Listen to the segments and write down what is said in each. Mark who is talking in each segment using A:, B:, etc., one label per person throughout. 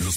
A: Los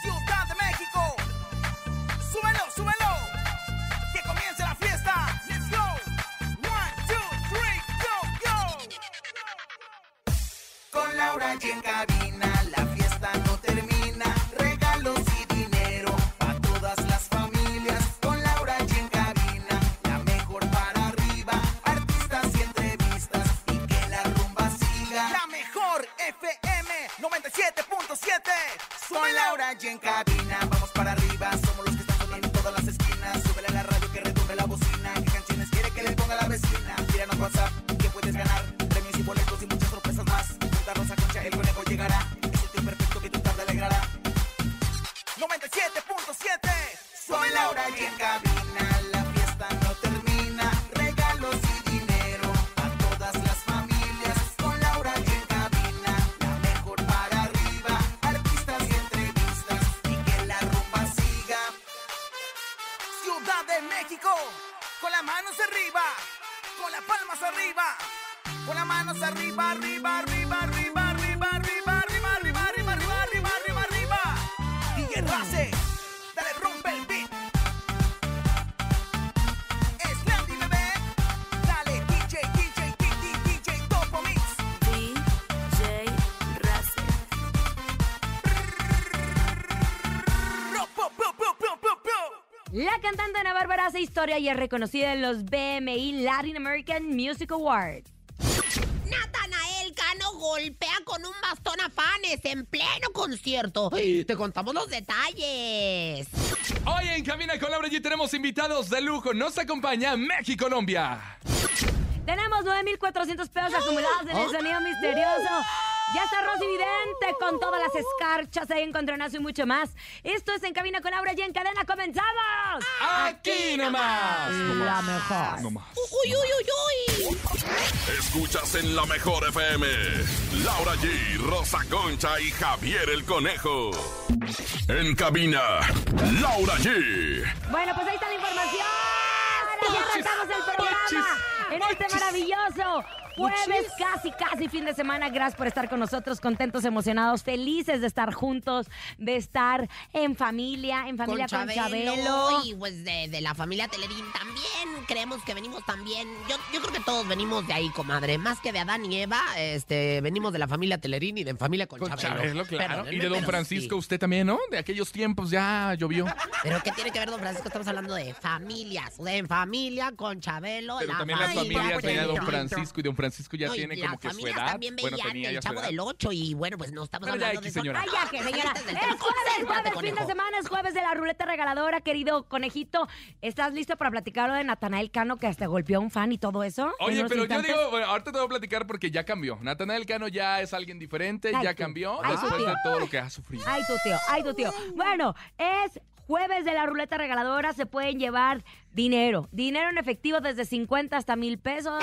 B: Ciudad de México Súbelo, súbelo Que comience la fiesta Let's go One, two, three, go, go Con Laura y en cabina La fiesta no termina Regalos y dinero a todas las familias con Laura y en cabina, la mejor para arriba, artistas y entrevistas y que la rumba siga. La mejor FM 97.7, soy Laura y en cabina, vamos para arriba, somos los que están sonando en todas las esquinas, súbele a la radio que retumbe la bocina, qué canciones quiere que le ponga la vecina, tíranos WhatsApp que puedes ganar, premios y boletos y muchas sorpresas más, junta Rosa Concha, el conejo llegará, es el tío perfecto que tu tarde alegrará. 97.7. Soy Laura y en cabina la fiesta no termina. Regalos y dinero a todas las familias. Con Laura y en cabina la mejor para arriba. Artistas y entrevistas y que la rumba siga. Ciudad de México con las manos arriba, con las palmas arriba, con las manos arriba, arriba, arriba, arriba, arriba, arriba, arriba, arriba, arriba, arriba, arriba, arriba, arriba. DJ Race, dale rompe el beat. Es Landy Bebé, dale DJ, DJ, DJ, DJ, Topo Mix.
C: DJ Racer.
B: Ro, pu, pu, pu, pu, pu, pu.
C: La cantante Ana Bárbara hace historia y es reconocida en los BMI Latin American Music Awards.
D: Natanael Cano golpea con un bastón a fans en pleno concierto. Te contamos los detalles.
E: Hoy en Camina con Laura G tenemos invitados de lujo. Nos acompaña México Colombia.
C: Tenemos 9.400 pesos acumulados en el sonido misterioso. Ya está Rosy Vidente con todas las escarchas, ahí encontronazo y mucho más. Esto es En Cabina con Laura y en cadena comenzamos.
E: Aquí nomás. La mejor.
D: Uy, uy, uy, uy.
A: Escuchas en la mejor FM. Laura G, Rosa Concha y Javier el Conejo. En cabina, Laura G.
C: Bueno, pues ahí está la información. Ahora ya arrancamos el programa en este maravilloso jueves, casi, casi fin de semana. Gracias por estar con nosotros, contentos, emocionados, felices de estar juntos, de estar en familia, en familia con, Chabelo.
D: y pues de, de la familia Telerín también creemos que venimos también. Yo, yo creo que todos venimos de ahí, comadre. Más que de Adán y Eva, este, venimos de la familia Telerín y de familia con,
E: Con
D: Chabelo.
E: Chabelo, claro.
D: Perdónenme,
E: Y de Don
D: pero
E: Francisco,
D: sí.
E: usted también, ¿no? De aquellos tiempos ya llovió.
D: Pero ¿qué tiene que ver Don Francisco? Estamos hablando de familias. De familia con Chabelo.
E: Pero
D: la
E: también las
D: familia
E: familias
D: con
E: tenía Don
D: Chabelo.
E: Francisco y Don Francisco ya
D: No, y
E: tiene
D: las
E: como que su
D: familias
E: edad.
D: también
E: Bueno,
D: veían
E: tenía
D: el
E: ya su
D: Chavo
E: edad.
D: del 8 y bueno, pues no estamos
E: Pero ya
D: hablando de
E: X,
D: eso.
E: señora.
C: Ay, Ah, ya que, señora.
D: Cositas del
C: Es
D: tercer
C: jueves,
D: cuarto,
C: jueves, fin de
D: conejo.
C: semana, es jueves de la ruleta regaladora, querido conejito. ¿Estás listo para platicar lo de Natanael Cano que hasta golpeó a un fan y todo eso? en
E: Oye,
C: unos
E: pero yo
C: instantes?
E: digo, bueno, ahorita te voy a platicar porque ya cambió. Natanael Cano ya es alguien diferente,
C: Ay,
E: ya
C: tú.
E: cambió
C: Ay,
E: después
C: tú,
E: de
C: tío.
E: todo lo que ha sufrido.
C: Ay, tu tío, ay, tu tío. Bueno, es jueves de la ruleta regaladora. Se pueden llevar dinero. Dinero en efectivo desde 50 hasta mil pesos.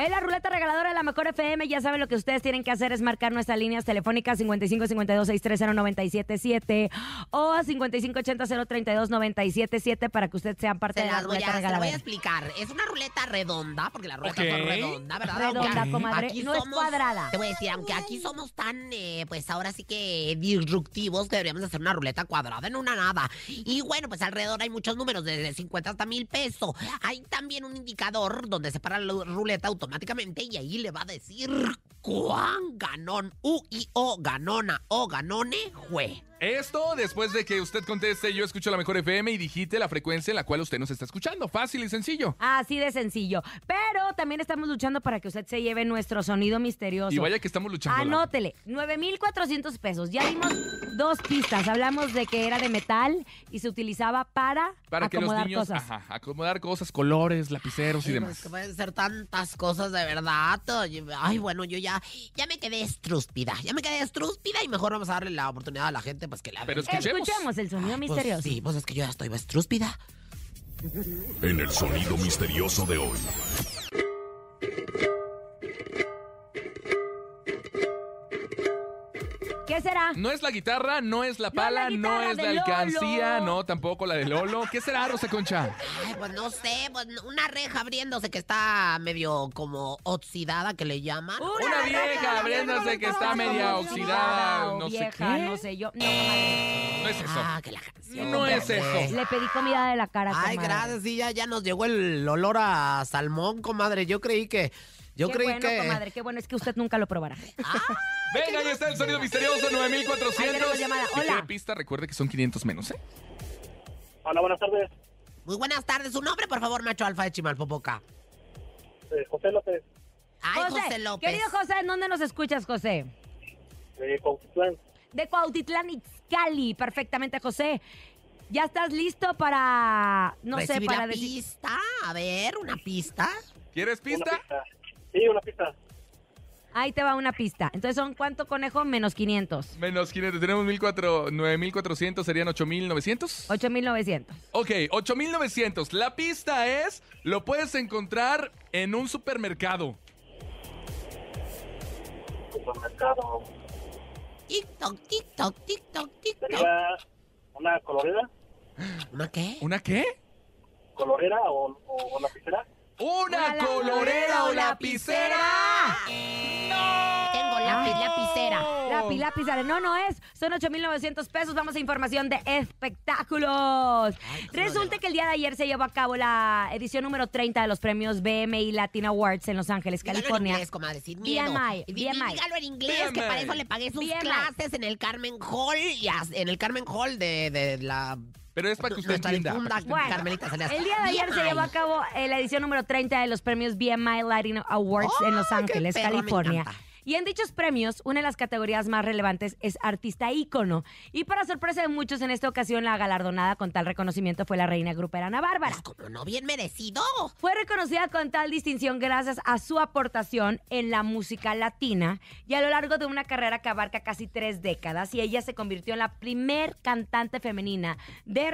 C: Es la ruleta regaladora de la mejor FM. Ya saben lo que ustedes tienen que hacer es marcar nuestras líneas telefónicas 55 52 630 977 o 55 80 032 977 para que ustedes sean parte
D: Te
C: de la
D: las voy
C: ruleta
D: a, se la voy a
C: regaladora.
D: explicar. Es una ruleta redonda, porque las ruletas
E: Ok.
D: son redondas, ¿verdad?
C: Redonda,
D: Aunque
C: comadre, no es cuadrada.
D: Te voy a decir, aunque aquí somos tan, eh, pues ahora sí que disruptivos, que deberíamos hacer una ruleta cuadrada en una nada. Y bueno, pues alrededor hay muchos números, desde 50 hasta 1000 pesos. Hay también un indicador donde se para la ruleta automáticamente y ahí le va a decir cuán ganón, U y O, ganona, O, ganone, jue.
E: Esto después de que usted conteste yo escucho la mejor FM y digite la frecuencia en la cual usted nos está escuchando. Fácil y sencillo.
C: Así de sencillo. Pero también estamos luchando para que usted se lleve nuestro sonido misterioso.
E: Y vaya que estamos luchando.
C: Ah,
E: Lau.
C: Anótele, 9,400 pesos. Ya dimos dos pistas. Hablamos de que era de metal y se utilizaba para,
E: Para que los
C: acomodar
E: niños
C: cosas.
E: ajá, acomodar cosas, colores, lapiceros y
D: Ay, pues,
E: demás.
D: que pueden ser tantas cosas de verdad. Oye, Ay, bueno, yo ya, ya me quedé estrúspida. Ya me quedé estrúspida y mejor vamos a darle la oportunidad a la gente, pues que la
E: Pero
D: es
E: escuchemos.
C: Escuchemos el sonido misterioso.
D: sí, pues es que yo ya estoy estrúspida.
A: En el sonido misterioso de hoy.
C: ¿Qué será?
E: No es la guitarra, no es la
C: No es la
E: pala, no
C: guitarra
E: es
C: de
E: la
C: Lolo.
E: alcancía, no tampoco la de Lolo. ¿Qué será, Rosa Concha?
D: Ay, pues no sé, pues no- una reja abriéndose que está medio como oxidada que le llaman.
C: Una,
E: Una vieja
C: reja,
E: abriéndose que está
C: como
E: media
C: si
E: oxidada,
C: fuera
E: no sé
C: vieja,
E: qué.
C: No sé yo. No, comadre.
E: No es eso.
D: Ah, que la canción.
E: No es
D: hombre.
E: eso.
C: Le pedí comida de la cara.
D: Eh. Ay,
C: comadre.
D: gracias, sí, ya, ya nos llegó el olor a salmón, comadre. Yo creí que. Yo
C: qué
D: creí
C: bueno,
D: que.
C: comadre, qué bueno, es que usted nunca lo probará.
E: Venga, ahí está el sonido misterioso
C: Ahí tenemos
E: 9400.
C: llamada.
E: Si tiene
C: Hola.
E: pista, recuerde que son 500 menos, ¿eh?
F: Hola, buenas tardes.
D: Muy buenas tardes. Su nombre, por favor, macho alfa de Chimalpopoca.
F: Eh, José López,
D: Ay, José, López.
C: Querido José, ¿en dónde nos escuchas, José?
F: de Cuautitlán.
C: De Cuautitlán, Izcalli. Perfectamente, José. ¿Ya estás listo para, no sé,
D: Recibir
C: para
D: la
C: decir...
D: pista. A ver, una pista.
E: ¿Quieres
F: Una
E: pista?
F: pista. Sí, una pista.
C: Ahí te va una pista. Entonces, ¿son cuánto conejo? Menos 500.
E: Menos 500. Tenemos 1400, 9400, serían 8900.
C: 8,900.
E: Ok, 8900. La pista es, lo puedes encontrar en un supermercado.
F: Supermercado.
D: Tic-toc, tic-toc, tic-toc, tic-toc.
F: Sería una colorera,
D: ¿Una qué?
E: ¿Una qué?
F: colorera o, o, o lapicera.
E: ¡Una,
C: Una
E: colorera o lapicera! ¡No!
D: Tengo lápiz, lapicera.
C: Lápiz, lápiz, dale. No, no es. Son 8,900 pesos. Vamos a información de espectáculos.
D: pues,
C: Resulta que el día de ayer se llevó a cabo la edición número 30 de los premios BMI Latin Awards en Los Ángeles,
D: Dígalo en
C: Ah, California.
D: inglés, comadre, sin miedo.
C: BMI,
D: Dí-
C: BMI.
D: Dígalo en inglés, que para eso le pagué sus
C: BMI.
D: clases en el Carmen Hall. y as- En el Carmen Hall de, de la...
E: Pero es para que usted
D: nuestra
E: entienda.
D: infunda
C: Bueno,
D: Carmelita Salinas.
C: el día de ayer se
D: BMI.
C: llevó a cabo eh, la edición número 30 de los premios BMI Latin Awards en Los
D: ¡Ay, qué
C: Ángeles,
D: perro, me
C: California.
D: encanta!
C: Y en dichos premios, una de las categorías más relevantes es artista ícono. Y para sorpresa de muchos, en esta ocasión la galardonada con tal reconocimiento fue la reina grupera Ana Bárbara.
D: Pues como no, bien merecido.
C: Fue reconocida con tal distinción gracias a su aportación en la música latina y a lo largo de una carrera que abarca casi tres décadas y ella se convirtió en la primer cantante femenina de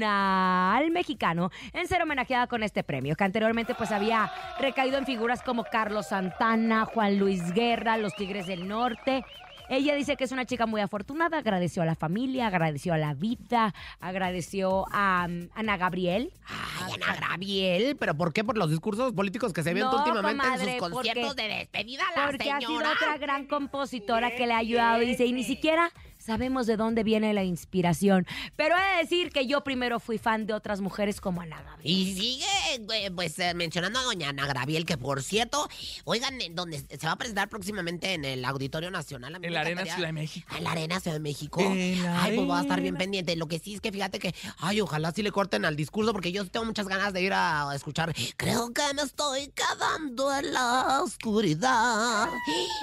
C: regional mexicano en ser homenajeada con este premio, que anteriormente pues había recaído en figuras como Carlos Santana, Juan Luis Guerra, Los Tigres del Norte. Ella dice que es una chica muy afortunada, agradeció a la familia, agradeció a la vida, agradeció a mm, Ana Gabriel, Ah,
D: Ay, Ana Graviel, ¿pero por qué? ¿Por los discursos políticos que se ven
C: No,
D: últimamente
C: comadre,
D: en sus
C: porque-
D: conciertos de despedida a la
C: Porque ha sido
D: señora?
C: otra gran compositora que le ha ayudado, dice, y ni siquiera sabemos de dónde viene la inspiración. Pero he de decir que yo primero fui fan de otras mujeres como Ana Gabriel.
D: Y sigue, eh, pues, eh, mencionando a doña Ana Graviel, que por cierto, oigan, eh, donde se va a presentar próximamente en el Auditorio Nacional. a mí
E: En
D: me
E: la Arena
D: encantaría-
E: Ciudad de México.
D: En la Arena Ciudad de México.
E: En la
D: Ay, pues voy a estar bien
E: arena.
D: pendiente. Lo que sí es que fíjate que, ay, ojalá sí le corten al discurso, porque yo sí tengo muchas ganas de ir a escuchar. Creo que me estoy quedando en la oscuridad.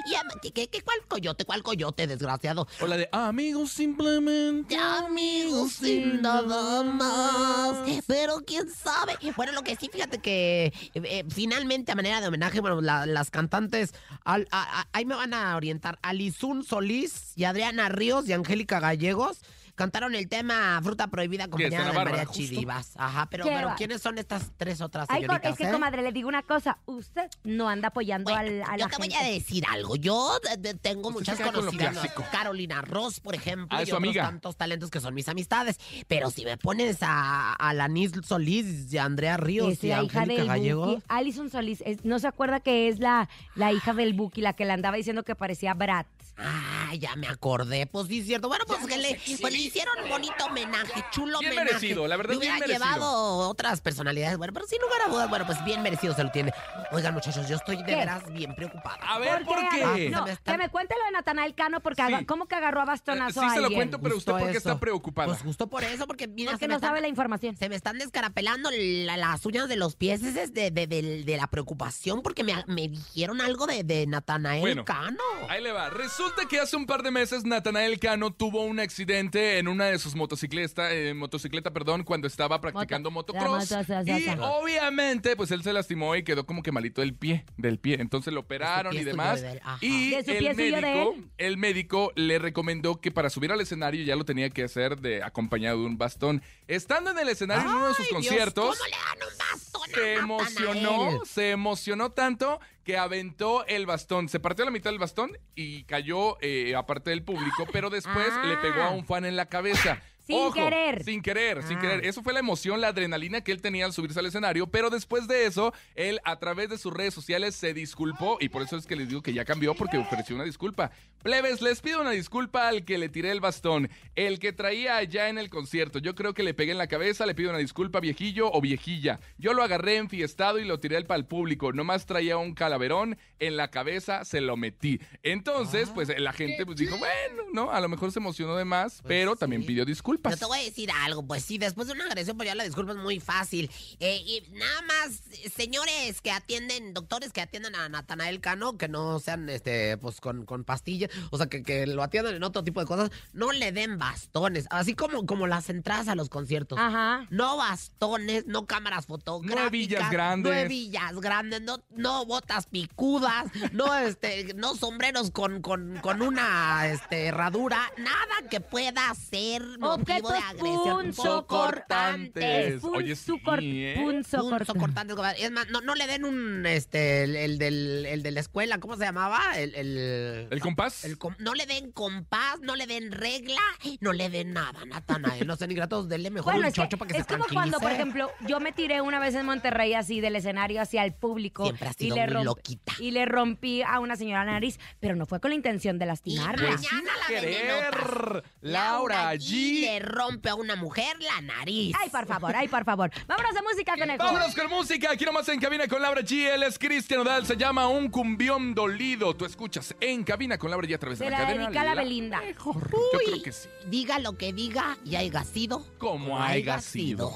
D: Y, am- ¿qué, qué, qué- cuál coyote, cuál coyote, desgraciado?
E: O la de amigos simplemente.
D: De amigos sin nada más. Pero quién sabe. Bueno, lo que sí, fíjate que eh, eh, finalmente, a manera de homenaje, bueno, la- las cantantes. al- a- a- ahí me van a orientar. Alizún Solís y Adriana Ríos y Angélica Gallegos. Cantaron el tema Fruta Prohibida acompañada
E: Ana
D: de
E: Bárbara,
D: María
E: justo.
D: Chidivas. Ajá, pero,
C: Qué
D: pero
C: va-
D: ¿quiénes son estas tres otras
C: Ay,
D: señoritas?
C: co- es que,
D: eh?
C: comadre, le digo una cosa. Usted no anda apoyando
D: Bueno,
C: al, a
D: yo
C: la
D: te voy
C: gente.
D: a decir algo. Yo de- de- tengo
E: Usted
D: muchas
E: se queda con lo
D: conocidas.
E: clásico.
D: Carolina Ross, por ejemplo,
E: Ah,
D: y
E: es su
D: otros
E: amiga.
D: tantos talentos que son mis amistades. Pero si me pones a, a Lanis Solís y a Andrea Ríos
C: Es
D: y a
C: la hija
D: Angélica
C: del
D: Gallego.
C: Buki. Alison Solís, es- ¿no se acuerda que es la, la hija del Buki, la que le andaba diciendo que parecía Brat?
D: Ah, Ah, ya me acordé. Pues sí, es cierto. Bueno, pues que le, pues, le hicieron bonito homenaje, chulo
E: Bien
D: homenaje.
E: merecido, la verdad,
D: Le
E: bien
D: hubiera
E: merecido.
D: llevado otras personalidades. Bueno, pero sin lugar a dudas, bueno, pues bien merecido se lo tiene. Oigan, muchachos, yo estoy de
C: ¿Qué?
D: veras bien preocupada.
E: A ver, ¿por
C: qué? Ah,
E: qué?
C: No,
D: Se me está-
C: que me cuente lo de Natanael Cano, porque
E: Sí.
C: aga- ¿cómo que agarró a
E: Eh,
C: bastonazo
E: sí
C: a
E: se lo
C: alguien?
E: cuento, pero usted,
D: Justo
E: ¿por qué está
D: eso.
E: preocupada?
D: Pues justo por eso, porque mira,
C: Porque
D: se me
C: no
D: están-
C: sabe la información.
D: Se me están descarapelando la- las uñas de los pies ese es de, de, de- de la preocupación porque me, me dijeron algo de, de Natanael
E: Bueno.
D: Cano.
E: Ahí le va. Resulta que hace un par de meses Natanael Cano tuvo un accidente en una de sus motocicletas, motocicleta, perdón, cuando estaba practicando
C: Moto.
E: motocross.
C: La moto, sí, sí,
E: y
C: sí.
E: obviamente, pues él se lastimó y quedó como que malito del pie, del pie. Entonces lo operaron y
D: pie es tuyo
E: demás.
D: de él, ajá.
E: Y
C: De su pie
E: el
C: es tuyo de
E: médico,
C: él.
E: el médico le recomendó que para subir al escenario ya lo tenía que hacer de acompañado de un bastón. Estando en el escenario en uno de sus
D: Ay, Dios,
E: conciertos,
D: ¿Cómo le dan un bastón a
E: se emocionó,
C: eh.
D: Natanael?
E: se emocionó tanto que aventó el bastón. Se partió a la mitad del bastón y cayó eh, aparte del público, pero después
C: Ah.
E: le pegó a un fan en la cabeza.
C: Sin
E: Ojo,
C: querer.
E: Sin querer, sin
C: Ah.
E: querer. Eso fue la emoción, la adrenalina que él tenía al subirse al escenario, pero después de eso, él a través de sus redes sociales se disculpó y por eso es que les digo que ya cambió porque ofreció una disculpa. Plebes, les pido una disculpa al que le tiré el bastón, el que traía allá en el concierto. Yo creo que le pegué en la cabeza, le pido una disculpa, viejillo o viejilla. Yo lo agarré enfiestado y lo tiré al pal público. Nomás traía un calaverón en la cabeza, se lo metí. Entonces, pues la gente pues, dijo, bueno, ¿no? A lo mejor se emocionó de más, pero también pidió disculpas.
D: Yo te voy a decir algo, pues sí, después de una agresión, pues ya la disculpa es muy fácil. Eh, y nada más, eh, señores que atienden, doctores que atiendan a Natanael Cano, que no sean, este, pues con, con pastillas, o sea, que, que lo atiendan en otro tipo de cosas, no le den bastones, así como, como las entradas a los conciertos.
C: Ajá.
D: No bastones, no cámaras fotográficas.
E: Nuevillas grandes.
D: Nuevillas grandes, no, no botas picudas, no este, no sombreros con, con, con una este, herradura, nada que pueda ser motivo de
C: Objetos
D: agresión.
E: punzocortantes.
C: punzocortantes.
E: Oye, sí,
C: Punzocor-
E: ¿eh?
C: punzocortantes.
D: Punzocortantes, compadre. Es más, no, no le den un este el, el del, el de la escuela, ¿cómo se llamaba? El, el,
E: ¿El compás?
D: el com- no le den compás, no le den regla, no le den nada, Natanael. No sean ingratos, denle mejor
C: Bueno,
D: un
C: es, que-
D: chocho para que
C: es
D: se
C: como cuando, por
D: tranquilice.
C: ejemplo, yo me tiré una vez en Monterrey así del escenario hacia el público
D: Siempre has sido muy
C: romp-
D: loquita.
C: y le rompí a una señora la nariz, pero no fue con la intención de lastimarla.
D: Pues, Mañana la
E: querer.
D: venenotas.
E: Laura
D: G.
E: G.
D: le rompe a una mujer la nariz.
C: Ay, por favor, ay, por favor. Vámonos a música, conejo.
E: Vámonos con música. Aquí nomás en cabina con Laura G. Él es Cristian Odal. Se llama Un Cumbión Dolido. Tú escuchas en cabina con Laura G a través de
C: Se
E: la
C: la
E: cadena.
C: dedica a la Belinda.
E: Yo
D: Uy.
E: creo que sí.
D: Diga lo que diga y haya sido
E: Como haya sido.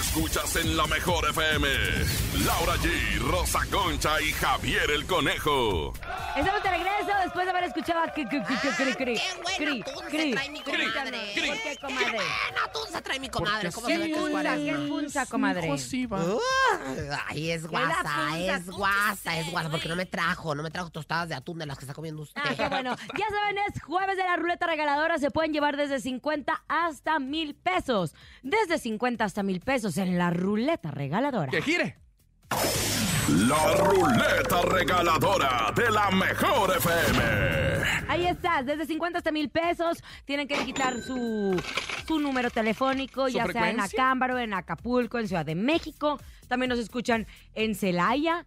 A: Escuchas en la mejor FM. Laura G, Rosa Concha y Javier el Conejo.
C: Estamos de regreso después de haber escuchado a Cri Cri Cri Cri Cri Cri
D: Ah, qué
C: Cri
D: buena tunza
C: Cri
D: trae mi
C: Cri
E: Cri.
D: comadre. ¡Qué buena tunza trae mi comadre!
C: ¿Por qué, comadre?
E: Porque
D: ¿Cómo
E: así
D: se ve que es
E: es.
C: Punza,
D: cuaresma?
C: qué punza, comadre.
E: ¿Oh?
D: Ah, Ay, es guasa,
C: punza,
D: es
C: tú
D: guasa, es guasa, porque no me trajo, no me trajo tostadas de atún de las que está comiendo usted.
C: Ah, qué bueno. Ya saben, es jueves de la ruleta regaladora. Se pueden llevar desde 50 hasta mil pesos. Desde 50 hasta mil pesos en la ruleta regaladora.
E: Que gire.
A: La ruleta regaladora de la mejor FM.
C: Ahí estás, desde 50 hasta mil pesos. Tienen que digitar su, su número telefónico,
E: ¿Su
C: ya sea en
E: frecuencia?
C: Acámbaro, en Acapulco, en Ciudad de México. También nos escuchan en Celaya,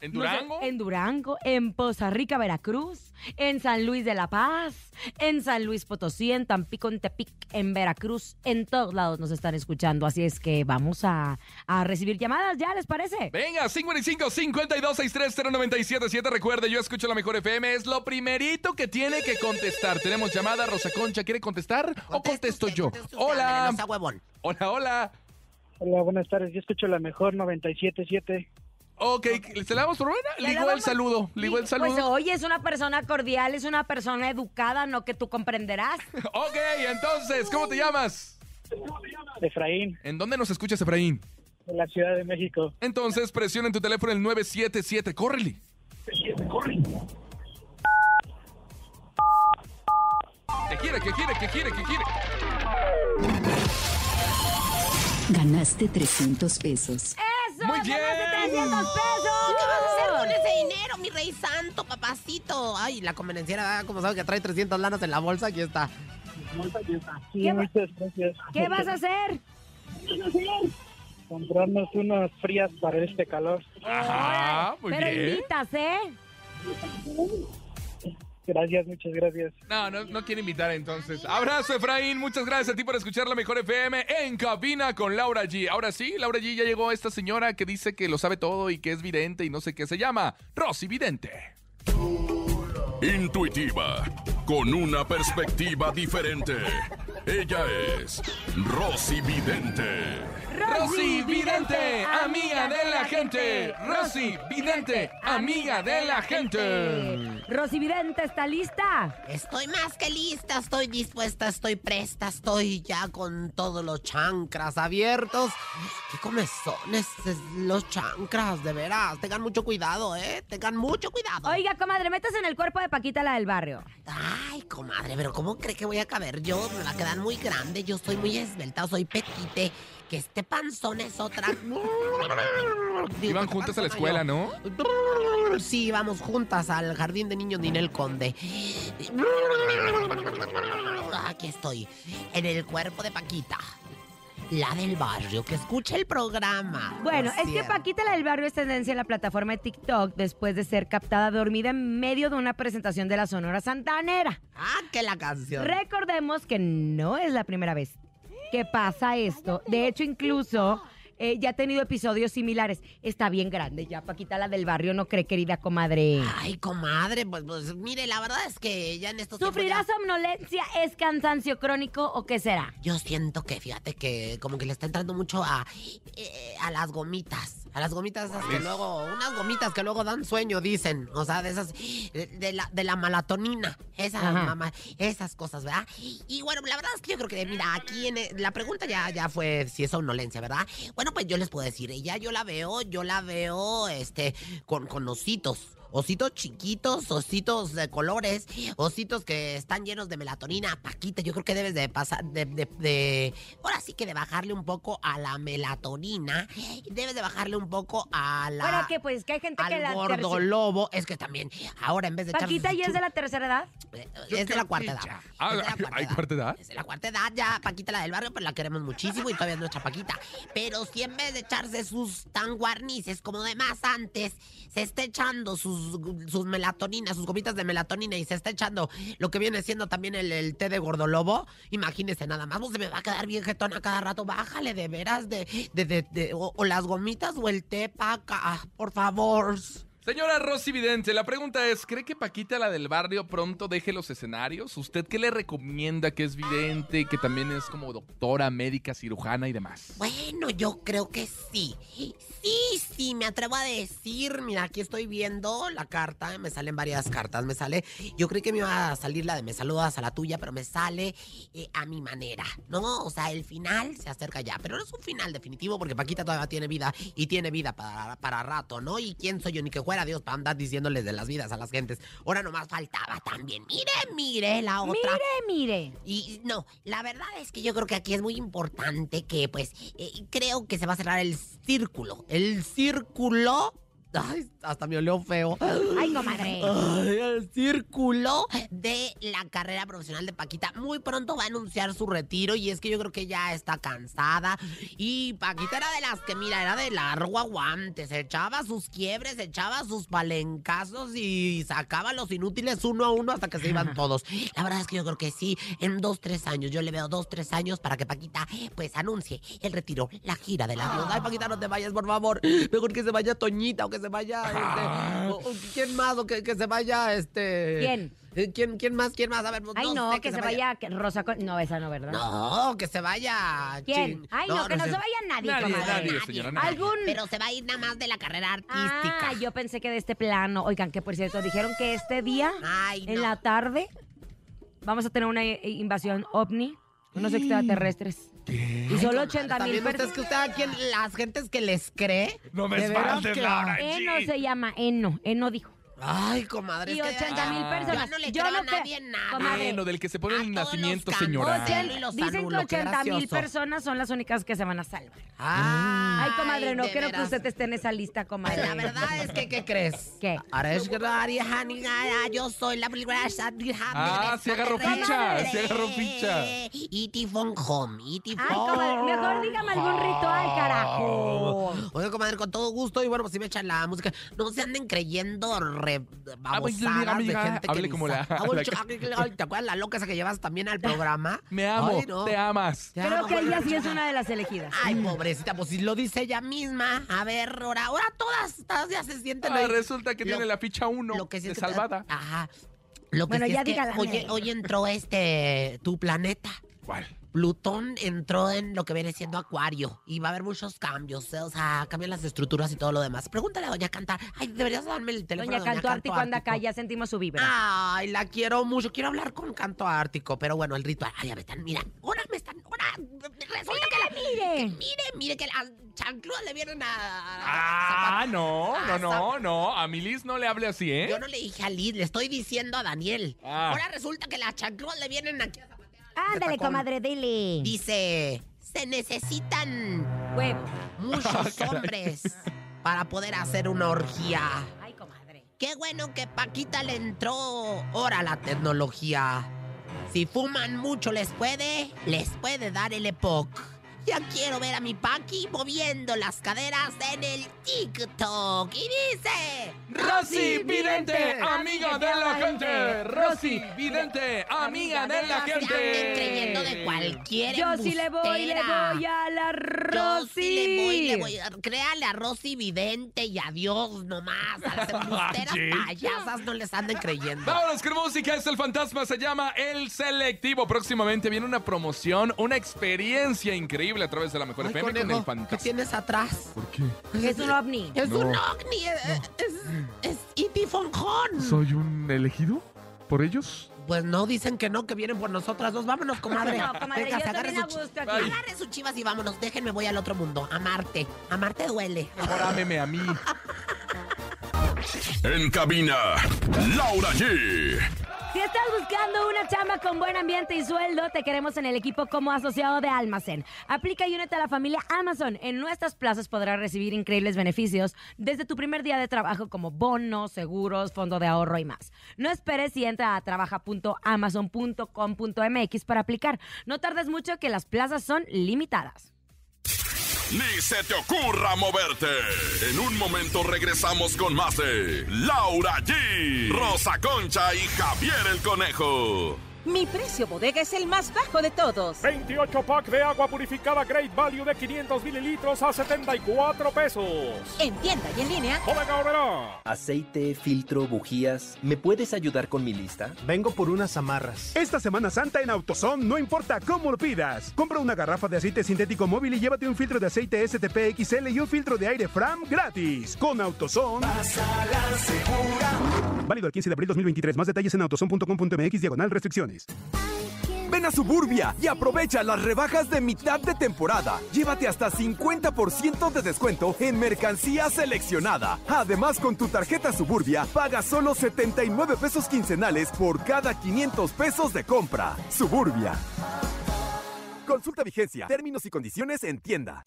E: En
C: No sé,
E: Durango.
C: en Durango, en Poza Rica, Veracruz, en San Luis de la Paz, en San Luis Potosí, en Tampico, en Tepic, en Veracruz, en todos lados nos están escuchando. Así es que vamos a, a recibir llamadas, ¿ya les parece?
E: Venga, 55 52 63 0977. Recuerde, yo escucho la mejor FM. Es lo primerito que tiene que contestar. Tenemos llamada. Rosa Concha, ¿quiere contestar? ¿O
D: Conteste
E: contesto
D: usted,
E: yo?
D: conteste usted, ándale,
E: Hola.
D: no sea huevón.
E: Hola, hola.
F: Hola, buenas tardes. Yo escucho la mejor 97.7.
E: Ok, ¿se la damos por buena?
C: Le
E: Ligó el
C: damos-
E: saludo. Ligó el
C: Pues
E: saludo.
C: oye, es una persona cordial, es una persona educada, no que tú comprenderás.
E: Ok, entonces, ¿cómo te llamas?
F: Efraín,
E: ¿En dónde nos escuchas, Efraín?
F: de la Ciudad de México.
E: Entonces presiona en tu teléfono el 977, córrele. Que quiere, que quiere, que quiere, que quiere.
G: Ganaste 300 pesos.
C: ¡Eso!
E: Muy bien.
C: ¡Ganaste 300
D: ¿Qué vas a hacer con
C: pesos!
D: ese dinero, mi rey santo, papacito? Ay, la convenenciera, ah, como sabe que trae 300 lanas en la bolsa, aquí está.
F: Sí,
C: ¿Qué va-
F: muchas gracias.
C: ¿Qué vas a hacer?
F: Comprarnos unas frías para este calor.
E: Ajá, Ah, muy
C: Pero
E: bien.
C: invitas, ¿eh?
F: Gracias, muchas gracias.
E: No, no, no quiere invitar entonces. Abrazo, Efraín. Muchas gracias a ti por escuchar la mejor FM en cabina con Laura G. Ahora sí, Laura G ya llegó esta señora que dice que lo sabe todo y que es vidente y no sé qué se llama. Rosy Vidente.
A: Intuitiva, con una perspectiva diferente. Ella es Rosy Vidente.
E: Rosy Vidente, amiga de la gente. Rosy Vidente, amiga de la gente.
C: Rosy Vidente, ¿está lista?
D: Estoy más que lista, estoy dispuesta, estoy presta, estoy ya con todos los chancras abiertos. ¿Qué comezones es los chancras, de veras? Tengan mucho cuidado, ¿eh? Tengan mucho cuidado.
C: Oiga, comadre, métase en el cuerpo de Paquita, la del barrio.
D: Ay, comadre, pero ¿cómo cree que voy a caber yo? Me va a quedar muy grande, yo soy muy esbelta, soy petite. Que este panzón es otra...
E: Iban juntas a la escuela, ¿no?
D: Sí, vamos juntas al jardín de niños Ninel Conde. Aquí estoy, en el cuerpo de Paquita. La del barrio, que escucha el programa.
C: Bueno,
D: Por
C: es que
D: cierto.
C: Paquita la del Barrio es tendencia en la plataforma de TikTok después de ser captada dormida en medio de una presentación de la Sonora Santanera.
D: Ah, que la canción.
C: Recordemos que no es la primera vez que pasa esto. De hecho, incluso eh, ya ha tenido episodios similares. Está bien grande ya, Paquita la del Barrio, ¿no cree, querida comadre?
D: Ay, comadre, pues, pues, mire, la verdad es que ya en estos tiempos
C: ¿Sufrirá
D: ya-
C: somnolencia? ¿Es cansancio crónico o qué será?
D: Yo siento que, fíjate que como que le está entrando mucho a, eh, a las gomitas. A las gomitas esas que
E: ¿Cuáles?
D: luego, unas gomitas que luego dan sueño, dicen. O sea, de esas, eh, de la, de la melatonina. Esas,
C: Ajá.
D: mamá, esas cosas, ¿verdad? Y bueno, la verdad es que yo creo que, mira, aquí en eh, la pregunta ya, ya fue si es somnolencia, ¿verdad? Bueno, pues yo les puedo decir, ella yo la veo, yo la veo, este, con, con ositos. Ositos chiquitos, ositos de colores, ositos que están llenos de melatonina. Paquita, yo creo que debes de pasar, de, de- de- ahora sí que de bajarle un poco a la melatonina. Debes de bajarle un poco a la...
C: Bueno, que pues que hay gente que
D: al
C: la...
D: gordo
C: terci-
D: lobo. Es que también, ahora en vez de... echarse
C: Paquita
D: su
C: ya es de
D: chu-
C: la tercera edad.
D: eh,
E: Yo
D: Es de la
E: creo
D: cuarta
E: que
D: edad.
E: ya. Ah,
D: Es de la
E: ¿hay cuarta edad?
D: Es de la cuarta edad ya. Paquita la del barrio, pero la queremos muchísimo y todavía es nuestra Paquita. Pero si en vez de echarse sus tan guarnices como demás antes, se está echando sus, sus melatoninas, sus gomitas de melatonina y se está echando lo que viene siendo también el, el té de gordolobo, imagínese nada más. No se me va a quedar bien jetona cada rato. Bájale de veras de, de, de- de- o, o las gomitas o el té, Paca. Ah, Por favor.
E: Señora Rosy Vidente, la pregunta es, ¿cree que Paquita la del barrio pronto deje los escenarios? ¿Usted qué le recomienda que es vidente, que también es como doctora, médica, cirujana y demás?
D: Bueno, yo creo que sí. Sí, sí, me atrevo a decir. Mira, aquí estoy viendo la carta. Me salen varias cartas. Me sale. Yo creí que me iba a salir la de me saludas a la tuya, pero me sale eh, a mi manera. No, o sea, el final se acerca ya. Pero no es un final definitivo porque Paquita todavía tiene vida y tiene vida para, para rato, ¿no? ¿Y quién soy yo? Ni que fuera Dios para andar diciéndoles de las vidas a las gentes. Ahora nomás faltaba también. Mire, mire la otra.
C: Mire, mire.
D: Y no, la verdad es que yo creo que aquí es muy importante que, pues, eh, creo que se va a cerrar el círculo. El círculo. Ay, hasta me olió feo.
C: Ay, comadre.
D: Ay, el círculo de la carrera profesional de Paquita. Muy pronto va a anunciar su retiro y es que yo creo que ya está cansada. Y Paquita era de las que, mira, era de largo aguante. Se echaba sus quiebres, se echaba sus palencazos y sacaba los inútiles uno a uno hasta que se iban todos. La verdad es que yo creo que sí, en dos, tres años. Yo le veo dos, tres años para que Paquita, pues, anuncie el retiro, la gira de la viuda. Ay, Paquita, no te vayas, por favor. Mejor que se vaya Toñita o que se vaya... este, o- o ¿Quién más? O que, que se vaya, este...
C: ¿Quién?
D: Eh, ¿Quién, quién más? ¿Quién más? A ver, pues,
C: Ay, no,
D: sé,
C: que, se vaya, que Rosa... Con- No, esa no, ¿verdad?
D: No, que se vaya.
C: ¿Quién?
D: chin.
C: Ay, no, que no
D: sé.
C: se vaya nadie,
E: Nadie,
C: comadre.
E: nadie, señora, nadie.
C: Algún...
D: Pero se va a ir nada más de la carrera artística.
C: Ah, yo pensé que de este plano. Oigan, que por cierto, dijeron que este día,
D: Ay,
C: en
D: no.
C: la tarde, vamos a tener una eh, invasión ovni, unos extraterrestres. Y solo 80 mil
D: También usted
C: personas.
D: es que usted a quien, las gentes que les cree.
E: No me
D: de veras
E: espantes,
D: que-
E: Laura.
C: Eno se llama, Eno, Eno dijo.
D: Ay, comadre.
C: Y
D: es que-
C: 80 mil
D: Ah.
C: personas.
D: Yo no le
C: Yo
D: creo
C: no
D: a nadie
C: cre-
D: en nada.
C: comadre.
E: Bueno, del que se pone
D: A
E: en el
D: todos los
E: nacimiento,
D: campos.
E: señora.
D: Ochen-
C: Ochen-
D: Los
C: Dicen que
D: anulo, qué
C: 80 mil
D: gracioso.
C: personas son las únicas que se van a salvar.
D: Ay,
C: Ay, comadre, no
D: de
C: creo que
D: veras.
C: usted esté en esa lista, comadre.
D: La verdad es que, ¿qué crees?
C: ¿Qué?
D: Aresh Graria, Hanigaya, yo soy la película de Shadri
E: Ah, se agarró
C: ficha,
E: se agarró ficha.
D: Iti von Home, Iti
C: Ay, comadre, mejor dígame algún ritual, carajo. Oh.
D: Oye, comadre, con todo gusto. Y bueno, pues si me echan la música. No se anden creyendo re
E: Ah,
D: babosadas de
E: amiga,
D: gente que
E: hable
D: ni
E: como la-
D: sabe. Ah, bueno,
E: la-
D: chica, ay, ¿Te acuerdas la loca esa que llevas también al programa?
E: Me amo,
D: Ay, no.
E: te amas.
D: Te
C: Creo
D: amo,
C: que ella
D: bueno,
C: sí es una de las elegidas.
D: Ay, pobrecita, pues si lo dice ella misma. A ver, ahora, ahora todas, todas ya se sienten
E: Ah,
D: ahí.
E: resulta que
D: Lo-
E: tiene la ficha 1
D: lo que sí
E: de
D: es que- Ah.
E: salvada.
D: Ajá. Lo que
C: Bueno,
D: sí
C: ya
D: es que
C: dígala,
D: hoy,
C: Nel.
D: hoy entró este tu planeta.
E: ¿Cuál?
D: Plutón entró en lo que viene siendo Acuario y va a haber muchos cambios, ¿eh? o sea, cambian las estructuras y todo lo demás. Pregúntale a Doña Cantar. Ay, deberías darme el teléfono.
C: Doña
D: de
C: Canto Ártico Ah, anda acá,
D: Ártico.
C: ya sentimos su vibra.
D: Ay, la quiero mucho. Quiero hablar con Canto Ártico, pero bueno, el ritual. Ay, ya me están, mira. Ahora me están. Ahora. Resulta que la.
C: mire.
D: Mire, mire que las chancludas le vienen a.
E: Ah, no, no,
D: Ah,
E: no, no. A Milis no le hable así, ¿eh?
D: Yo no le dije a Liz, le estoy diciendo a Daniel.
E: Ah.
D: Ahora resulta que las chancludas le vienen aquí a zapatear.
C: Ándale,
D: Tacón.
C: comadre, dile.
D: Dice. Se necesitan
C: Huevo.
E: Ah,
D: muchos hombres para poder hacer una orgía.
C: Ay, comadre.
D: Qué bueno que Paquita le entró ahora la tecnología. Si fuman mucho les puede, les puede dar el EPOC. Ya quiero ver a mi Paqui moviendo las caderas en el TikTok. Y dice...
E: Rosy Vidente, amiga de la gente. Rosy Vidente, amiga de la
D: Ya anden creyendo de
E: gente.
D: cualquier
C: Yo sí le voy, le
D: embustera.
C: voy a la
D: Yo
C: Rosy.
D: sí le voy, le voy. Créale a Rosy Vidente y a Dios nomás. A las embusteras
E: Ay,
D: payasas no les anden creyendo.
E: Vámonos con música, es el fantasma, se llama El Selectivo. Próximamente viene una promoción, una experiencia increíble a través de la mejor
D: Ay,
E: FM con
D: conejo,
E: el
D: ¿Qué
E: fantasma.
D: tienes atrás?
E: ¿Por qué?
C: Es un ovni.
D: Es
E: No.
D: un ovni, eh, es, es Iti Fonjón.
E: ¿Soy un elegido por ellos?
D: Pues no, dicen que no, que vienen por nosotras dos. Vámonos, comadre.
C: No, comadre,
D: Venga,
C: yo
D: se
C: también
D: agarre
C: a
D: su, chi-
C: gusto aquí.
E: Ay.
D: agarre sus chivas y vámonos. Déjenme, voy al otro mundo. Amarte. Amarte duele.
E: Mejor ámeme a mí.
A: En cabina, Laura G.
C: Si estás buscando una chamba con buen ambiente y sueldo, te queremos en el equipo como asociado de Almacén. Aplica y únete a la familia Amazon. En nuestras plazas podrás recibir increíbles beneficios desde tu primer día de trabajo como bonos, seguros, fondo de ahorro y más. No esperes y entra a trabaja.amazon.com.mx para aplicar. No tardes mucho que las plazas son limitadas.
A: Ni se te ocurra moverte. En un momento regresamos con más de Laura G, Rosa Concha y Javier el Conejo.
H: Mi precio bodega es el más bajo de todos.
I: 28 pack de agua purificada Great Value de 500 mililitros a 74 pesos. Oh.
H: En tienda y en línea.
I: Bodega Aurrera.
J: Aceite, filtro, bujías. ¿Me puedes ayudar con mi lista?
K: Vengo por unas amarras.
I: Esta Semana Santa en AutoZone, no importa cómo lo pidas. Compra una garrafa de aceite sintético móvil y llévate un filtro de aceite STP XL y un filtro de aire Fram gratis. Con AutoZone. Válido el 15 de abril 2023. Más detalles en autozone.com.mx diagonal restricciones.
J: Ven a Suburbia y aprovecha las rebajas de mitad de temporada. Llévate hasta 50% de descuento en mercancía seleccionada. Además, con tu tarjeta Suburbia, paga solo 79 pesos quincenales por cada 500 pesos de compra. Suburbia. Consulta vigencia, términos y condiciones en tienda.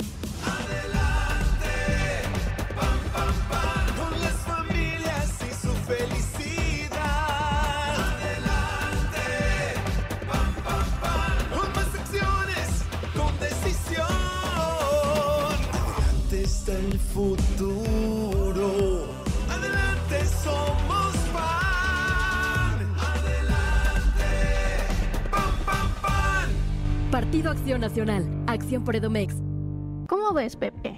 H: Partido Acción Nacional. Acción por Edomex.
I: ¿Cómo ves, Pepe?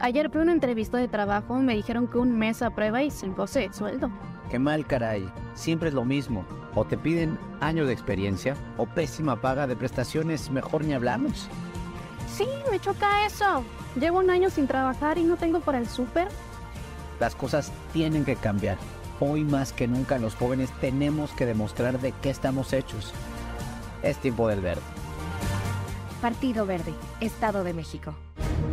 I: Ayer fue una entrevista de trabajo, me dijeron que un mes a prueba y sin goce de sueldo.
K: Qué mal, caray. Siempre es lo mismo. O te piden años de experiencia o pésima paga de prestaciones. Mejor ni hablamos.
I: Sí, me choca eso. Llevo un año sin trabajar y no tengo para el súper.
K: Las cosas tienen que cambiar. Hoy más que nunca los jóvenes tenemos que demostrar de qué estamos hechos. Es tiempo del verde.
H: Partido Verde. Estado de México.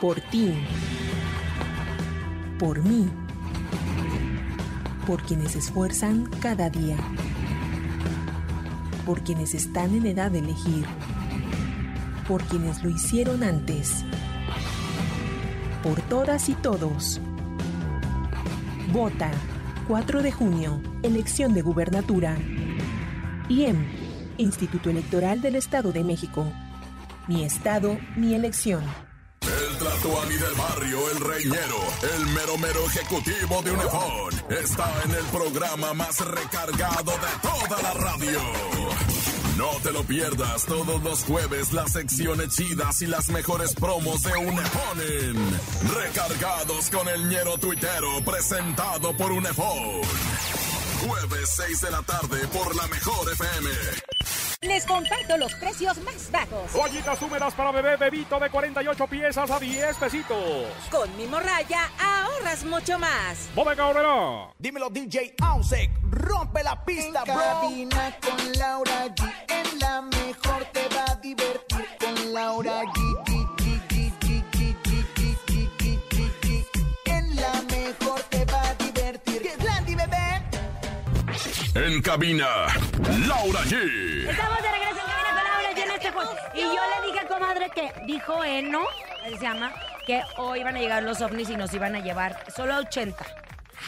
H: Por ti. Por mí.
L: por quienes se esfuerzan cada día, por quienes están en edad de elegir, por quienes lo hicieron antes, por todas y todos. Vota 4 de junio, elección de gubernatura. IEM, Instituto Electoral del Estado de México. Mi Estado, mi elección.
A: El Tlatuani del barrio, el reñero, el mero mero ejecutivo de Unifón, está en el programa más recargado de toda la radio. No te lo pierdas todos los jueves las secciones chidas y las mejores promos de Unifón. en Recargados con el ñero tuitero presentado por Unifón. Jueves 6 de la tarde por la mejor FM.
M: Les comparto los precios más bajos.
N: Ollitas húmedas para bebé bebito de 48 piezas a 10 pesitos.
I: Oh.
M: Con mi morraya ahorras mucho más.
N: Bodega Horrera.
O: Dímelo, DJ Ausek. Rompe la pista, bro.
B: Cabina con Laura G. En la mejor te va a divertir con Laura G. G, G, G, G, G, G, G, G, G, G, G. En la mejor te va a divertir. ¡Que Landy, bebé!
A: En cabina, Laura G.
C: Estamos de regreso en Cabina con Laura G en este juego. Y yo le dije a comadre que dijo Eno, él se llama, que hoy iban a llegar los ovnis y nos iban a llevar solo a 80.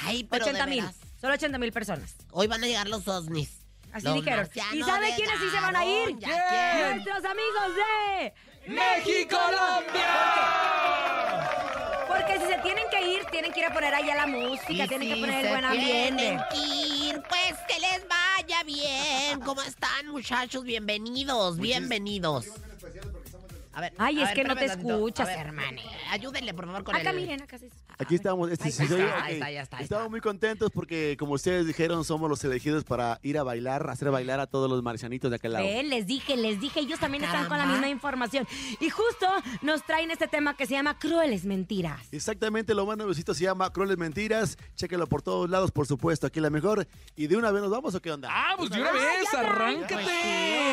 D: Ay, pero
C: 80
D: de
C: mil.
D: veras.
C: Solo 80 mil personas.
D: Hoy van a llegar los ovnis.
C: Así
D: Los
C: dijeron. ¿Y
D: marcianos
C: sabe
D: de
C: quiénes sí se van a ir?
D: Darwin, ya quién.
C: Nuestros amigos de Porque si se tienen que ir, tienen que ir a poner allá la música,
D: Y
C: tienen
D: si
C: que poner
D: se
C: el buen ambiente.
D: tienen que ir, pues que les vaya bien. ¿Cómo están, muchachos? Bienvenidos, bienvenidos. A ver,
C: Ay,
D: a
C: es
D: ver,
C: que no te
D: espérame tantito.
C: escuchas, Ah,
D: A ver,
C: hermano.
D: Ayúdenle, por favor, con
C: Acá
D: el...
C: miren, acá sí.
P: Aquí estamos. Este,
D: Ahí
P: sí,
D: está,
P: sí,
D: ahí
P: ok.
D: está, ya está, ahí
P: Estamos muy contentos porque, como ustedes dijeron, somos los elegidos para ir a bailar, hacer bailar a todos los marcianitos de aquel lado.
C: Eh, les dije, les dije, ellos también están con la misma información. Y justo nos traen este tema que se llama Crueles Mentiras.
P: Exactamente, lo más nuevecito se llama Crueles Mentiras. Chéquenlo por todos lados, por supuesto, aquí la mejor. ¿Y de una vez nos vamos o qué onda?
E: Ah, pues de una vez, arráncate.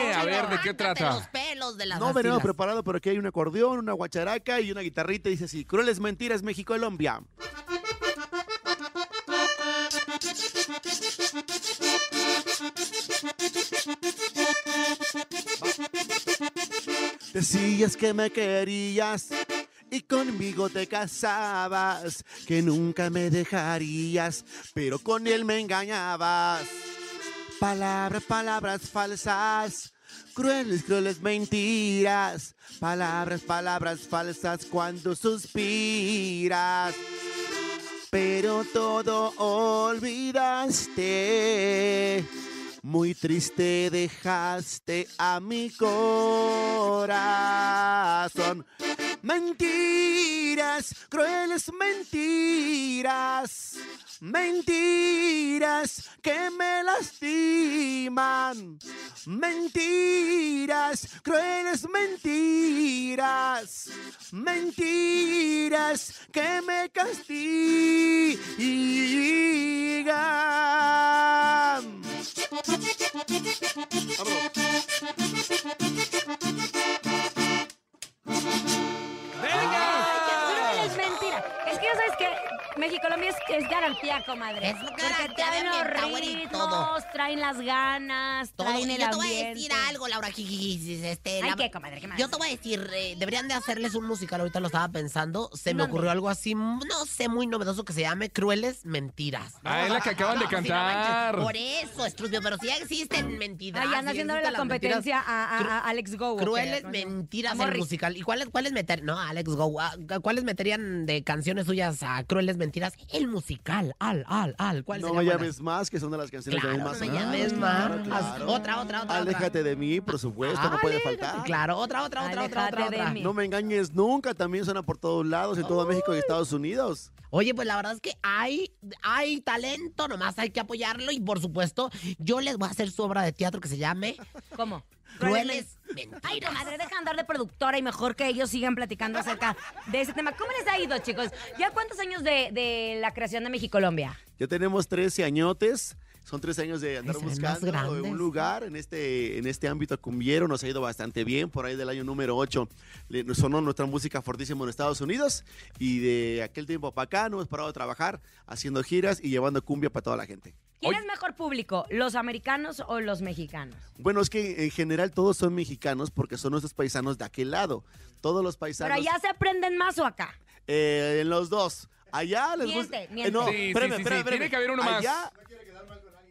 E: Eh, A ver, ¿de qué trata?
D: pelos de Ah, las
P: No venimos
D: axilas.
P: preparado, pero aquí hay un acordeón, una guacharaca y una guitarrita. Dice así: Crueles Mentiras, México, Colombia. Decías que me querías y conmigo te casabas, que nunca me dejarías, pero con él me engañabas. Palabras, palabras falsas, crueles, crueles mentiras, palabras, palabras falsas cuando suspiras. Pero todo olvidaste, muy triste dejaste a mi corazón. Mentiras, crueles mentiras, mentiras que me lastiman. Mentiras, crueles mentiras, mentiras que me castigan.
C: Crueles Mentiras. Es que ya sabes que México Colombia es, es garantía, comadre.
D: Es
C: Porque
D: garantía
C: traen
D: de ambiente,
C: los
D: güey, y todo.
C: ritmos, traen las ganas,
D: Todo,
C: traen
D: mira, yo
C: el
D: te voy a decir
C: ambiente.
D: algo, Laura. Jijijis, Este,
C: Ay,
D: la-
C: ¿qué, comadre? ¿Qué más?
D: Yo te voy a decir, eh, deberían de hacerles un musical, ahorita lo estaba pensando. Se me
C: ¿Dónde?
D: ocurrió algo así, no sé, muy novedoso que se llame Crueles Mentiras.
E: Ah, es la que acaban de
D: sí, no
E: cantar.
D: manches, Por eso, Estrubio, pero sí existen mentiras.
C: Ay,
D: sí
C: anda haciéndole la
D: existen las mentiras.
C: competencia a, a- a Alex Go.
D: Crueles mentiras el
C: Morris.
D: musical. ¿Y cuáles cuáles meter? No, Alex Go. ah, ¿Cuáles meterían de canciones suyas a Crueles mentiras? El musical. Al, al, al. ¿Cuál
P: No me
D: sería buena?
P: llames más, que son de las canciones
D: Claro,
P: de más.
D: no me llames más. Otra, otra, otra.
P: Aléjate de mí, por supuesto, no puede faltar.
D: Claro, otra, otra, otra, otra, otra, otra.
P: No me engañes nunca, también suena por todos lados, en todo México y Estados Unidos.
D: Oye, pues la verdad es que hay, hay talento, nomás hay que apoyarlo. Y por supuesto, yo les voy a hacer su obra de teatro que se llame
C: ¿Cómo?
D: Crueles.
C: Ay, comadre, deja de andar de productora y mejor que ellos sigan platicando acerca de ese tema. ¿Cómo les ha ido, chicos? ¿Ya cuántos años de, de la creación de México Colombia?
P: Ya tenemos 13 añotes.
Q: Son tres años de andar
D: se ven más
Q: buscando
D: grandes.
Q: un lugar en este, en este ámbito cumbiero. Nos ha ido bastante bien. Por ahí del año número 8 le- nos sonó nuestra música fortísimo en Estados Unidos. Y de aquel tiempo para acá no hemos parado de trabajar haciendo giras y llevando cumbia para toda la gente.
C: ¿Quién es mejor público, los americanos o los mexicanos?
Q: Bueno, es que en general todos son mexicanos porque son nuestros paisanos de aquel lado. Todos los
C: ¿Pero
Q: paisanos.
C: allá se prenden más o acá?
Q: Eh, en los dos. Allá les
C: Miente,
Q: gusta. Eh,
C: miente.
Q: no,
E: Sí, sí,
Q: espérame,
E: sí,
Q: espérame,
E: sí, tiene
Q: espérame.
E: que haber uno más.
Q: Allá,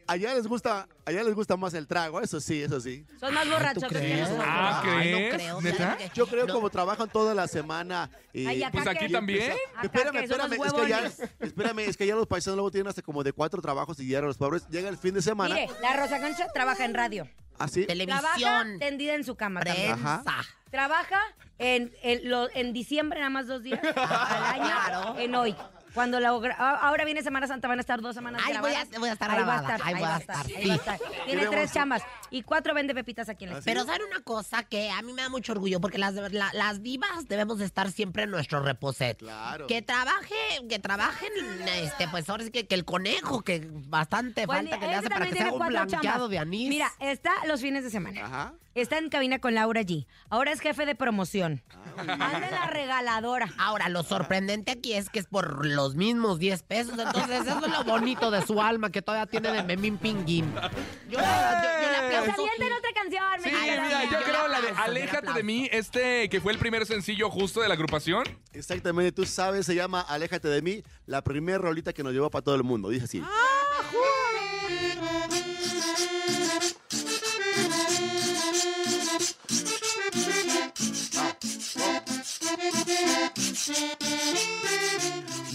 Q: allá les gusta, allá les gusta más el trago, eso sí, eso sí.
C: Son más borrachos que nosotros.
E: Ah,
Q: Ay,
E: ¿crees? ¿Neta?
Q: Yo creo como trabajan toda la semana. eh,
C: Ay, acá Pues aquí que-
E: también.
C: acá
Q: Espérame,
C: que somos
Q: espérame, es que allá,
C: huevones.
Q: espérame, es que allá los paisanos luego tienen hasta como de cuatro trabajos y llegan los pobres, llega el fin de semana.
C: Mire, la Rosa Concha trabaja en radio.
Q: así.
C: Trabaja tendida en su cama también.
Q: Prensa. Ajá.
C: Trabaja en, en, lo- en diciembre nada más dos días al año. En hoy. Cuando la gra- a- ahora viene Semana Santa, van a estar dos semanas
D: Ahí voy a-
C: grabadas.
D: voy a estar
C: ahí va a
D: grabada,
C: estar, ahí va a estar, ahí va a estar. Tiene
D: Queremos-
C: tres chambas y cuatro vende pepitas aquí en la
D: Pero
C: esquina.
D: saben una cosa que a mí me da mucho orgullo, porque las, la- las divas debemos de estar siempre en nuestro reposet.
Q: Claro.
D: Que trabaje, que trabajen, este, pues ahora sí que, que el conejo, que bastante
C: Bueno,
D: falta que
C: ese
D: le hace para
C: también
D: que
C: tiene
D: sea un
C: cuatro
D: blanqueado
C: chambas.
D: de anís.
C: Mira, está los fines de semana.
Q: Ajá.
C: Está en cabina con Laura G. Ahora es jefe de promoción. Anda en la regaladora.
D: Ahora, lo sorprendente aquí es que es por los mismos 10 pesos. Entonces, eso es lo bonito de su alma, que todavía tiene de memín pinguín. Yo, le- yo- yo le
C: Que
D: aplaudo.
C: saliente en otra canción.
E: Sí,
C: me encanta.
E: mira, yo creo la de
D: aplauso, yo le
E: Aléjate de
D: aplauso.
E: mí, este que fue el primer sencillo justo de la agrupación.
Q: Exactamente, tú sabes, se llama Aléjate de mí, la primera rolita que nos llevó para todo el mundo, dice así.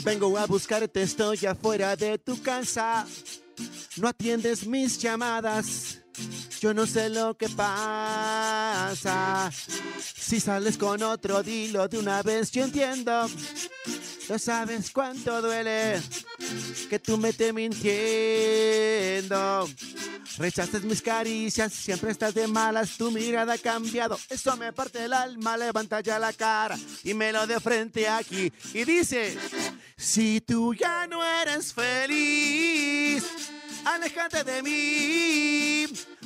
Q: Vengo a buscarte, estoy afuera de tu casa. No atiendes mis llamadas. Yo no sé lo que pasa. Si sales con otro, dilo de una vez, yo entiendo. No sabes cuánto duele que tú me te mintiendo. Rechazas mis caricias, siempre estás de malas, tu mirada ha cambiado. Eso me parte el alma, levanta ya la cara y me lo de frente aquí. Y dice, si tú ya no eres feliz, aléjate de mí,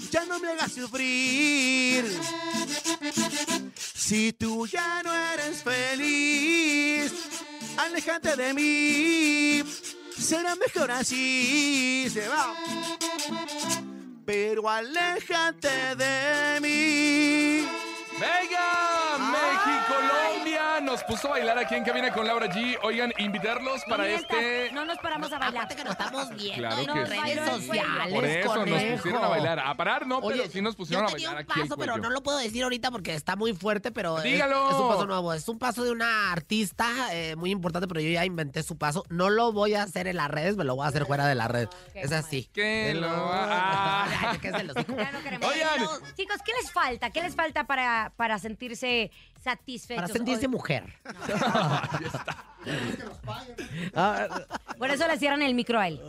Q: ya no me hagas sufrir. Si tú ya no eres feliz, aléjate de mí. Será mejor así. Se va. Pero aléjate de mí.
E: Venga, México, Colombia. Nos puso a bailar aquí en cabina con Laura G. Oigan, invitarlos
C: No
E: para
C: mientas,
E: este.
C: No nos paramos a bailar.
D: Acuérdate que nos estamos viendo
E: Claro
D: en
E: que
D: redes
E: sí.
D: sociales.
E: Por eso
D: conejo.
E: nos pusieron a bailar. A parar no,
D: Oye,
E: pero sí nos pusieron
D: yo
E: a
D: tenía
E: bailar
D: un
E: aquí. el
D: paso, pero
E: cuello.
D: no lo puedo decir ahorita porque está muy fuerte, pero es-
E: Dígalo.
D: Es, un paso nuevo. Es un paso de una artista eh, muy importante, pero yo ya inventé su paso. No lo voy a hacer en las redes, me lo voy a hacer fuera de las redes. Es así.
E: Que
D: Hello.
E: lo- Ah.
D: Ay, que se los digo.
C: Ya no queremos.
E: Oigan.
C: Pero, Chicos, ¿qué les falta? ¿Qué les falta para, para sentirse satisfechos?
D: Para sentirse
C: Oye,
D: mujer.
K: Ah,
C: Por eso le cierran el micro a él.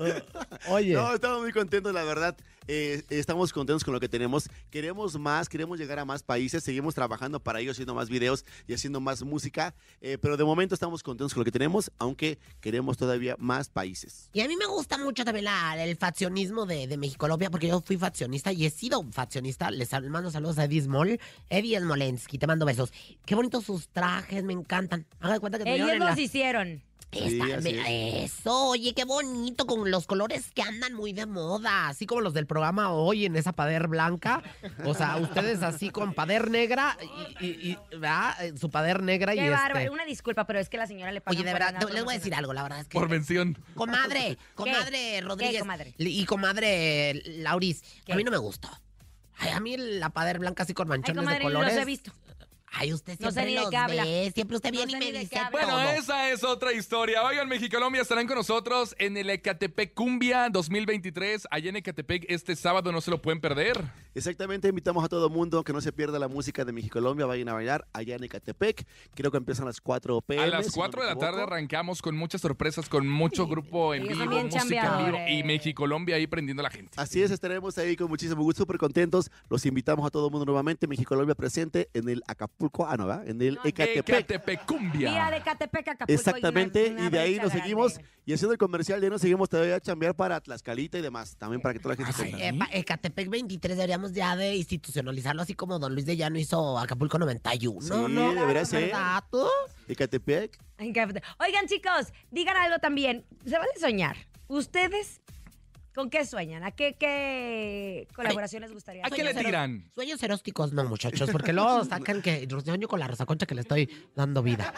K: oye,
Q: No, estamos muy contentos, la verdad. Eh, estamos contentos con lo que tenemos. Queremos más, queremos llegar a más países. Seguimos trabajando para ello, haciendo más videos y haciendo más música. Eh, pero de momento estamos contentos con lo que tenemos, aunque queremos todavía más países.
D: Y a mí me gusta mucho también la- el faccionismo de, de Mexicolombia, porque yo fui faccionista y he sido faccionista. Les sal- mando saludos a Eddie Small. Eddie Smolensky, te mando besos. Qué bonitos sus trajes, me encantan. Haga de cuenta que
C: Ellos
D: tuvieron en
C: los
D: la-
C: hicieron.
D: Está-
Q: Sí, así
D: me-
Q: es.
D: Eso, oye, qué bonito, con los colores que andan muy de moda, así como los del programa hoy en esa pader blanca. O sea, ustedes así con pader negra y, y- y- ¿verdad? Eh, su pader negra y
C: Qué bárbaro.
D: este.
C: Una disculpa, pero es que la señora le paga.
D: Oye, de verdad, te- les voy a decir algo, la verdad es que.
E: Por mención.
D: Comadre, comadre Rodríguez.
C: comadre?
D: li- Y comadre eh, Lauris.
C: ¿Qué?
D: A mí no me gustó. Ay, a mí la pader blanca así con
C: Ay,
D: manchones
C: comadre,
D: de
C: ni los
D: colores.
C: he visto.
D: Ay, usted siempre
C: No sé ni de
D: los
C: qué habla.
D: ve, Siempre usted
C: No
D: viene
C: sé
D: y
C: ni
D: me
C: de qué
D: dice
C: habla.
E: Bueno,
D: todo.
E: esa es otra historia. Oigan, Mexicolombia estarán con nosotros en el Ecatepec Cumbia 2023, allá en Ecatepec este sábado, no se lo pueden perder.
Q: Exactamente, invitamos a todo el mundo que no se pierda la música de México Colombia, vayan a bailar allá en Ecatepec. Creo que empiezan a las 4 pm.
E: A las
Q: si no
E: 4
Q: me
E: de la tarde
Q: equivoco.
E: arrancamos con muchas sorpresas, con mucho grupo en
C: ellos
E: vivo,
C: son bien
E: música en vivo
C: chambeadores.
E: y Mexicolombia ahí prendiendo a la gente.
Q: Así es, estaremos ahí con muchísimo gusto, súper contentos. Los invitamos a todo el mundo nuevamente. México Colombia presente en el Acape- Acapulco, ah, no, ¿verdad? En el Ecatepec.
E: Ecatepecumbia.
C: Vía de Catepec, a Acapulco.
Q: Exactamente, y,
C: una- Pues, una
Q: de ahí
C: brecha
Q: nos
C: grande.
Q: seguimos, y haciendo el comercial, de ahí nos seguimos todavía a chambear para Tlaxcalita y demás, también para que toda la gente
D: Ay,
Q: sepa.
D: epa, Ecatepec 23 deberíamos ya de institucionalizarlo así como Don Luis de Llano hizo Acapulco 91.
Q: Sí,
D: No, no,
Q: debería ser.
D: ¿verdad? ¿Tú?
Q: Ecatepec.
C: En Catepec. Oigan, chicos, digan algo también. Se vale soñar. ¿Ustedes con qué sueñan? ¿A qué, qué colaboración les gustaría?
D: ¿A qué le
C: hacer?
D: tiran? Sueños eróticos, no, muchachos, porque luego sacan que los sueño con la rosaconcha que le estoy dando vida.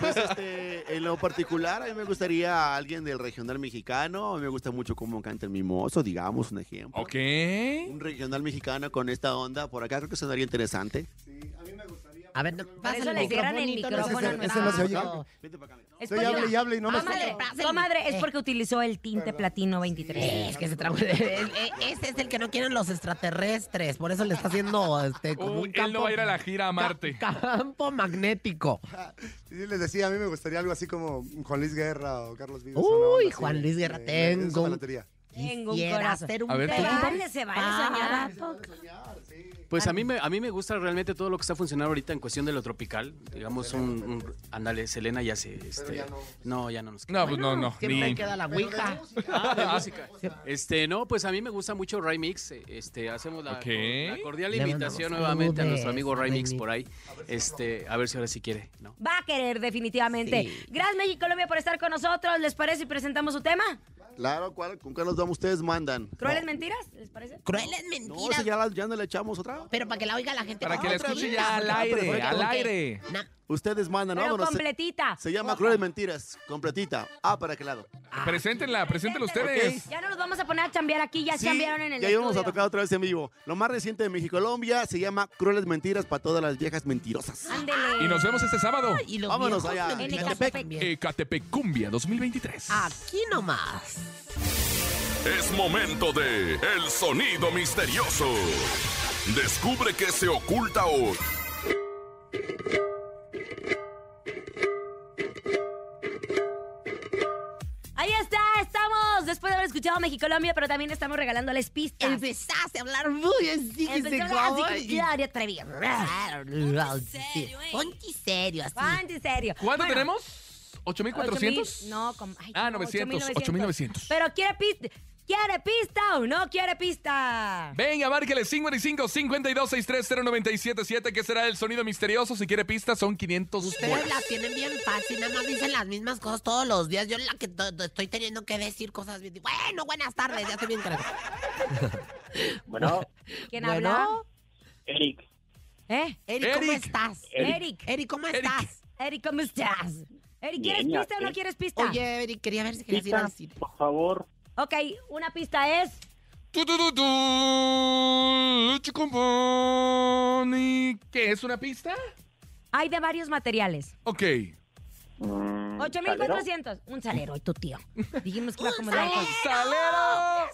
Q: Pues este, en lo particular, a mí me gustaría a alguien del regional mexicano. A mí me gusta mucho cómo canta el mimoso, digamos, un ejemplo.
E: Ok.
Q: Un regional mexicano con esta onda por acá creo que sonaría interesante.
D: A ver, no, pásale
C: eso les dieran el
D: microfonito, no seas
C: micrófono,
D: nervioso.
C: ese no se oye.
D: No.
C: Es
D: Estoy
C: porque-
D: hable y hable y no me
C: Comadre,
D: escucho.
C: comadre, es porque utilizó el tinte platino 23.
D: Es que se trajo. e- e- Ese es el que no quieren los extraterrestres. Por eso le está haciendo este, como
E: Uy,
D: un campo,
E: él no va a ir a la gira a Marte.
D: campo magnético.
R: Sí, les decía, a mí me gustaría algo así como Juan Luis Guerra o Carlos Vives.
D: Uy, Juan Luis Guerra, tengo un-
C: Tengo un
D: Quisiera
C: corazón.
D: hacer un
S: A ver,
C: se
S: tú.
C: vale, se vale
Q: Ah,
C: soñar.
S: Pues a mí, me, a mí me gusta realmente todo lo que está funcionando ahorita en cuestión de lo tropical. Digamos, un. un- Ándale, Selena ya se. este,
E: ya
S: no. ya no nos queda.
E: No, pues no, no. ni-
D: Ouija.
S: Ah, de música. Este, no, pues a mí me gusta mucho Ray Mix. eh, Este, hacemos la,
E: Ok.
S: la cordial
E: Le mandamos
S: invitación nuevamente a nuestro
E: saludos,
S: amigo Ray
E: Ray
S: Mix
E: Mix.
S: por ahí. Este, a ver si ahora sí quiere, ¿no?
C: Va a querer, definitivamente. Gracias, México Colombia, por estar con nosotros. ¿Les parece y presentamos su tema?
Q: Claro, ¿cuál- ¿con qué nos vamos? Ustedes mandan.
C: ¿Crueles mentiras? ¿Les parece?
D: Crueles
Q: No, o sea, ya, la- ya no le echamos otra.
D: Pero para que la oiga la gente. Ah,
Q: Para que la
D: otra
Q: escuche
D: vez.
Q: ya al aire,
D: Porque-
Q: al
D: porque-
Q: aire.
D: Na-
Q: Ustedes mandan,
C: Pero
Q: vámonos. Se-
C: completita.
Q: Se, llama Crueles Mentiras, completita. Ah, ¿para qué lado?
E: Preséntenla, preséntenla ustedes.
C: Ya no los vamos a poner a chambear aquí, ya
Q: Sí,
C: chambearon en el
Q: ya íbamos a
C: estudio.
Q: tocar otra vez en vivo. Lo más reciente de México Colombia se llama Crueles Mentiras para todas las viejas mentirosas.
C: Ándele.
E: Y nos vemos este sábado.
D: Y los
Q: Vámonos
D: viejos
Q: allá.
D: mentirosos también.
E: Ecatepec Cumbia 2023.
C: Ah,
D: Aquí nomás.
A: Es momento de El sonido misterioso. Descubre qué se oculta hoy.
C: Ahí está, estamos. Después de haber escuchado México Colombia, pero también estamos regalándoles pistas.
D: Empezaste a hablar muy así que se
C: Empezó a hablar así
D: acabó
C: que
D: y-
C: Gloria Trevi.
D: Ponte serio, así.
C: Ponte serio.
E: ¿Cuánto
C: Bueno,
E: tenemos? ¿8400?
C: 8,000, No, com- ay,
E: Ah,
C: no,
E: 900,
C: 8,900. Pero quiere pista. ¿Quiere pista o no quiere pista?
E: Venga, márquele 55 52 63 977 que será el sonido misterioso. Si quiere pistas, son 500
D: Ustedes
E: bolas.
D: las tienen bien fácil, nada más dicen las mismas cosas todos los días. Yo la que to- to- estoy teniendo que decir cosas bien. Bueno, buenas tardes, ya estoy bien claro.
T: Bueno,
C: ¿Quién
D: Bueno.
C: habló?
T: Eric,
C: ¿Eh?
D: Eric, ¿cómo estás?
T: Eric.
C: Eric.
D: Eric, ¿cómo estás?
C: Eric, ¿cómo estás? Eric, ¿quieres
T: Bien, ¿a
C: pista o
Q: eh,
C: no
T: qué?
C: quieres pista?
D: Oye, Eric, quería ver si querías ir
T: pista,
D: al cine.
T: por favor.
C: Ok, una pista es.
E: Tu, tu, tu, tu, leche con pan y- ¿Qué es una pista?
C: Hay de varios materiales.
E: Ok.
T: mm,
D: Mm,
C: 8400. Un salero, y tu tío. Dijimos que iba a acomodar.
E: ¡Un salero!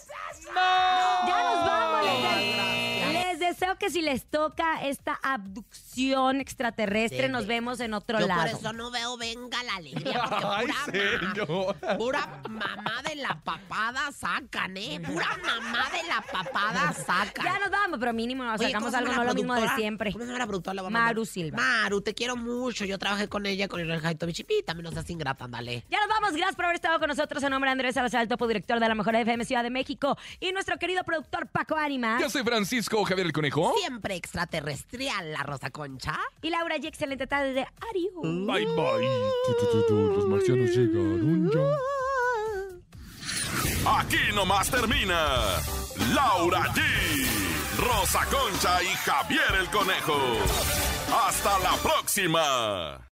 C: Ya nos vamos. Les, les deseo que si les toca esta abducción extraterrestre,
D: Sí,
C: nos
D: sí.
C: vemos en otro
D: Yo por
C: lado.
D: eso no veo venga la alegría, porque
E: Ay,
D: pura,
E: señor.
D: mamá, pura mamá de la papada sacan, ¿eh? Pura mamá de la papada sacan.
C: Ya nos vamos, pero mínimo nos
D: Oye, ¿cómo
C: sacamos
D: se
C: algo,
D: llama
C: no
D: la
C: lo mismo de
D: productora?
C: siempre.
D: ¿Cómo se llama la productora? La voy a mandar.
C: Maru Silva.
D: Maru, te quiero mucho. Yo trabajé con ella, con el Jaito Bichipi. También nos hace ingrata, ándale.
C: Ya nos vamos, gracias por haber estado con nosotros. En nombre de Andrés Salazar, el topo director de la Mejor FM Ciudad de México. Y nuestro querido productor Paco Ánimas.
E: Yo soy Francisco Javier el Conejo.
D: Siempre extraterrestrial, la Rosa Concha.
C: Y Laura G, excelente tarde de Ariu.
E: Bye bye. Tu, tu, tu, tu, Los marcianos llegaron ya.
A: Aquí nomás termina Laura G, Rosa Concha y Javier el Conejo. Hasta la próxima.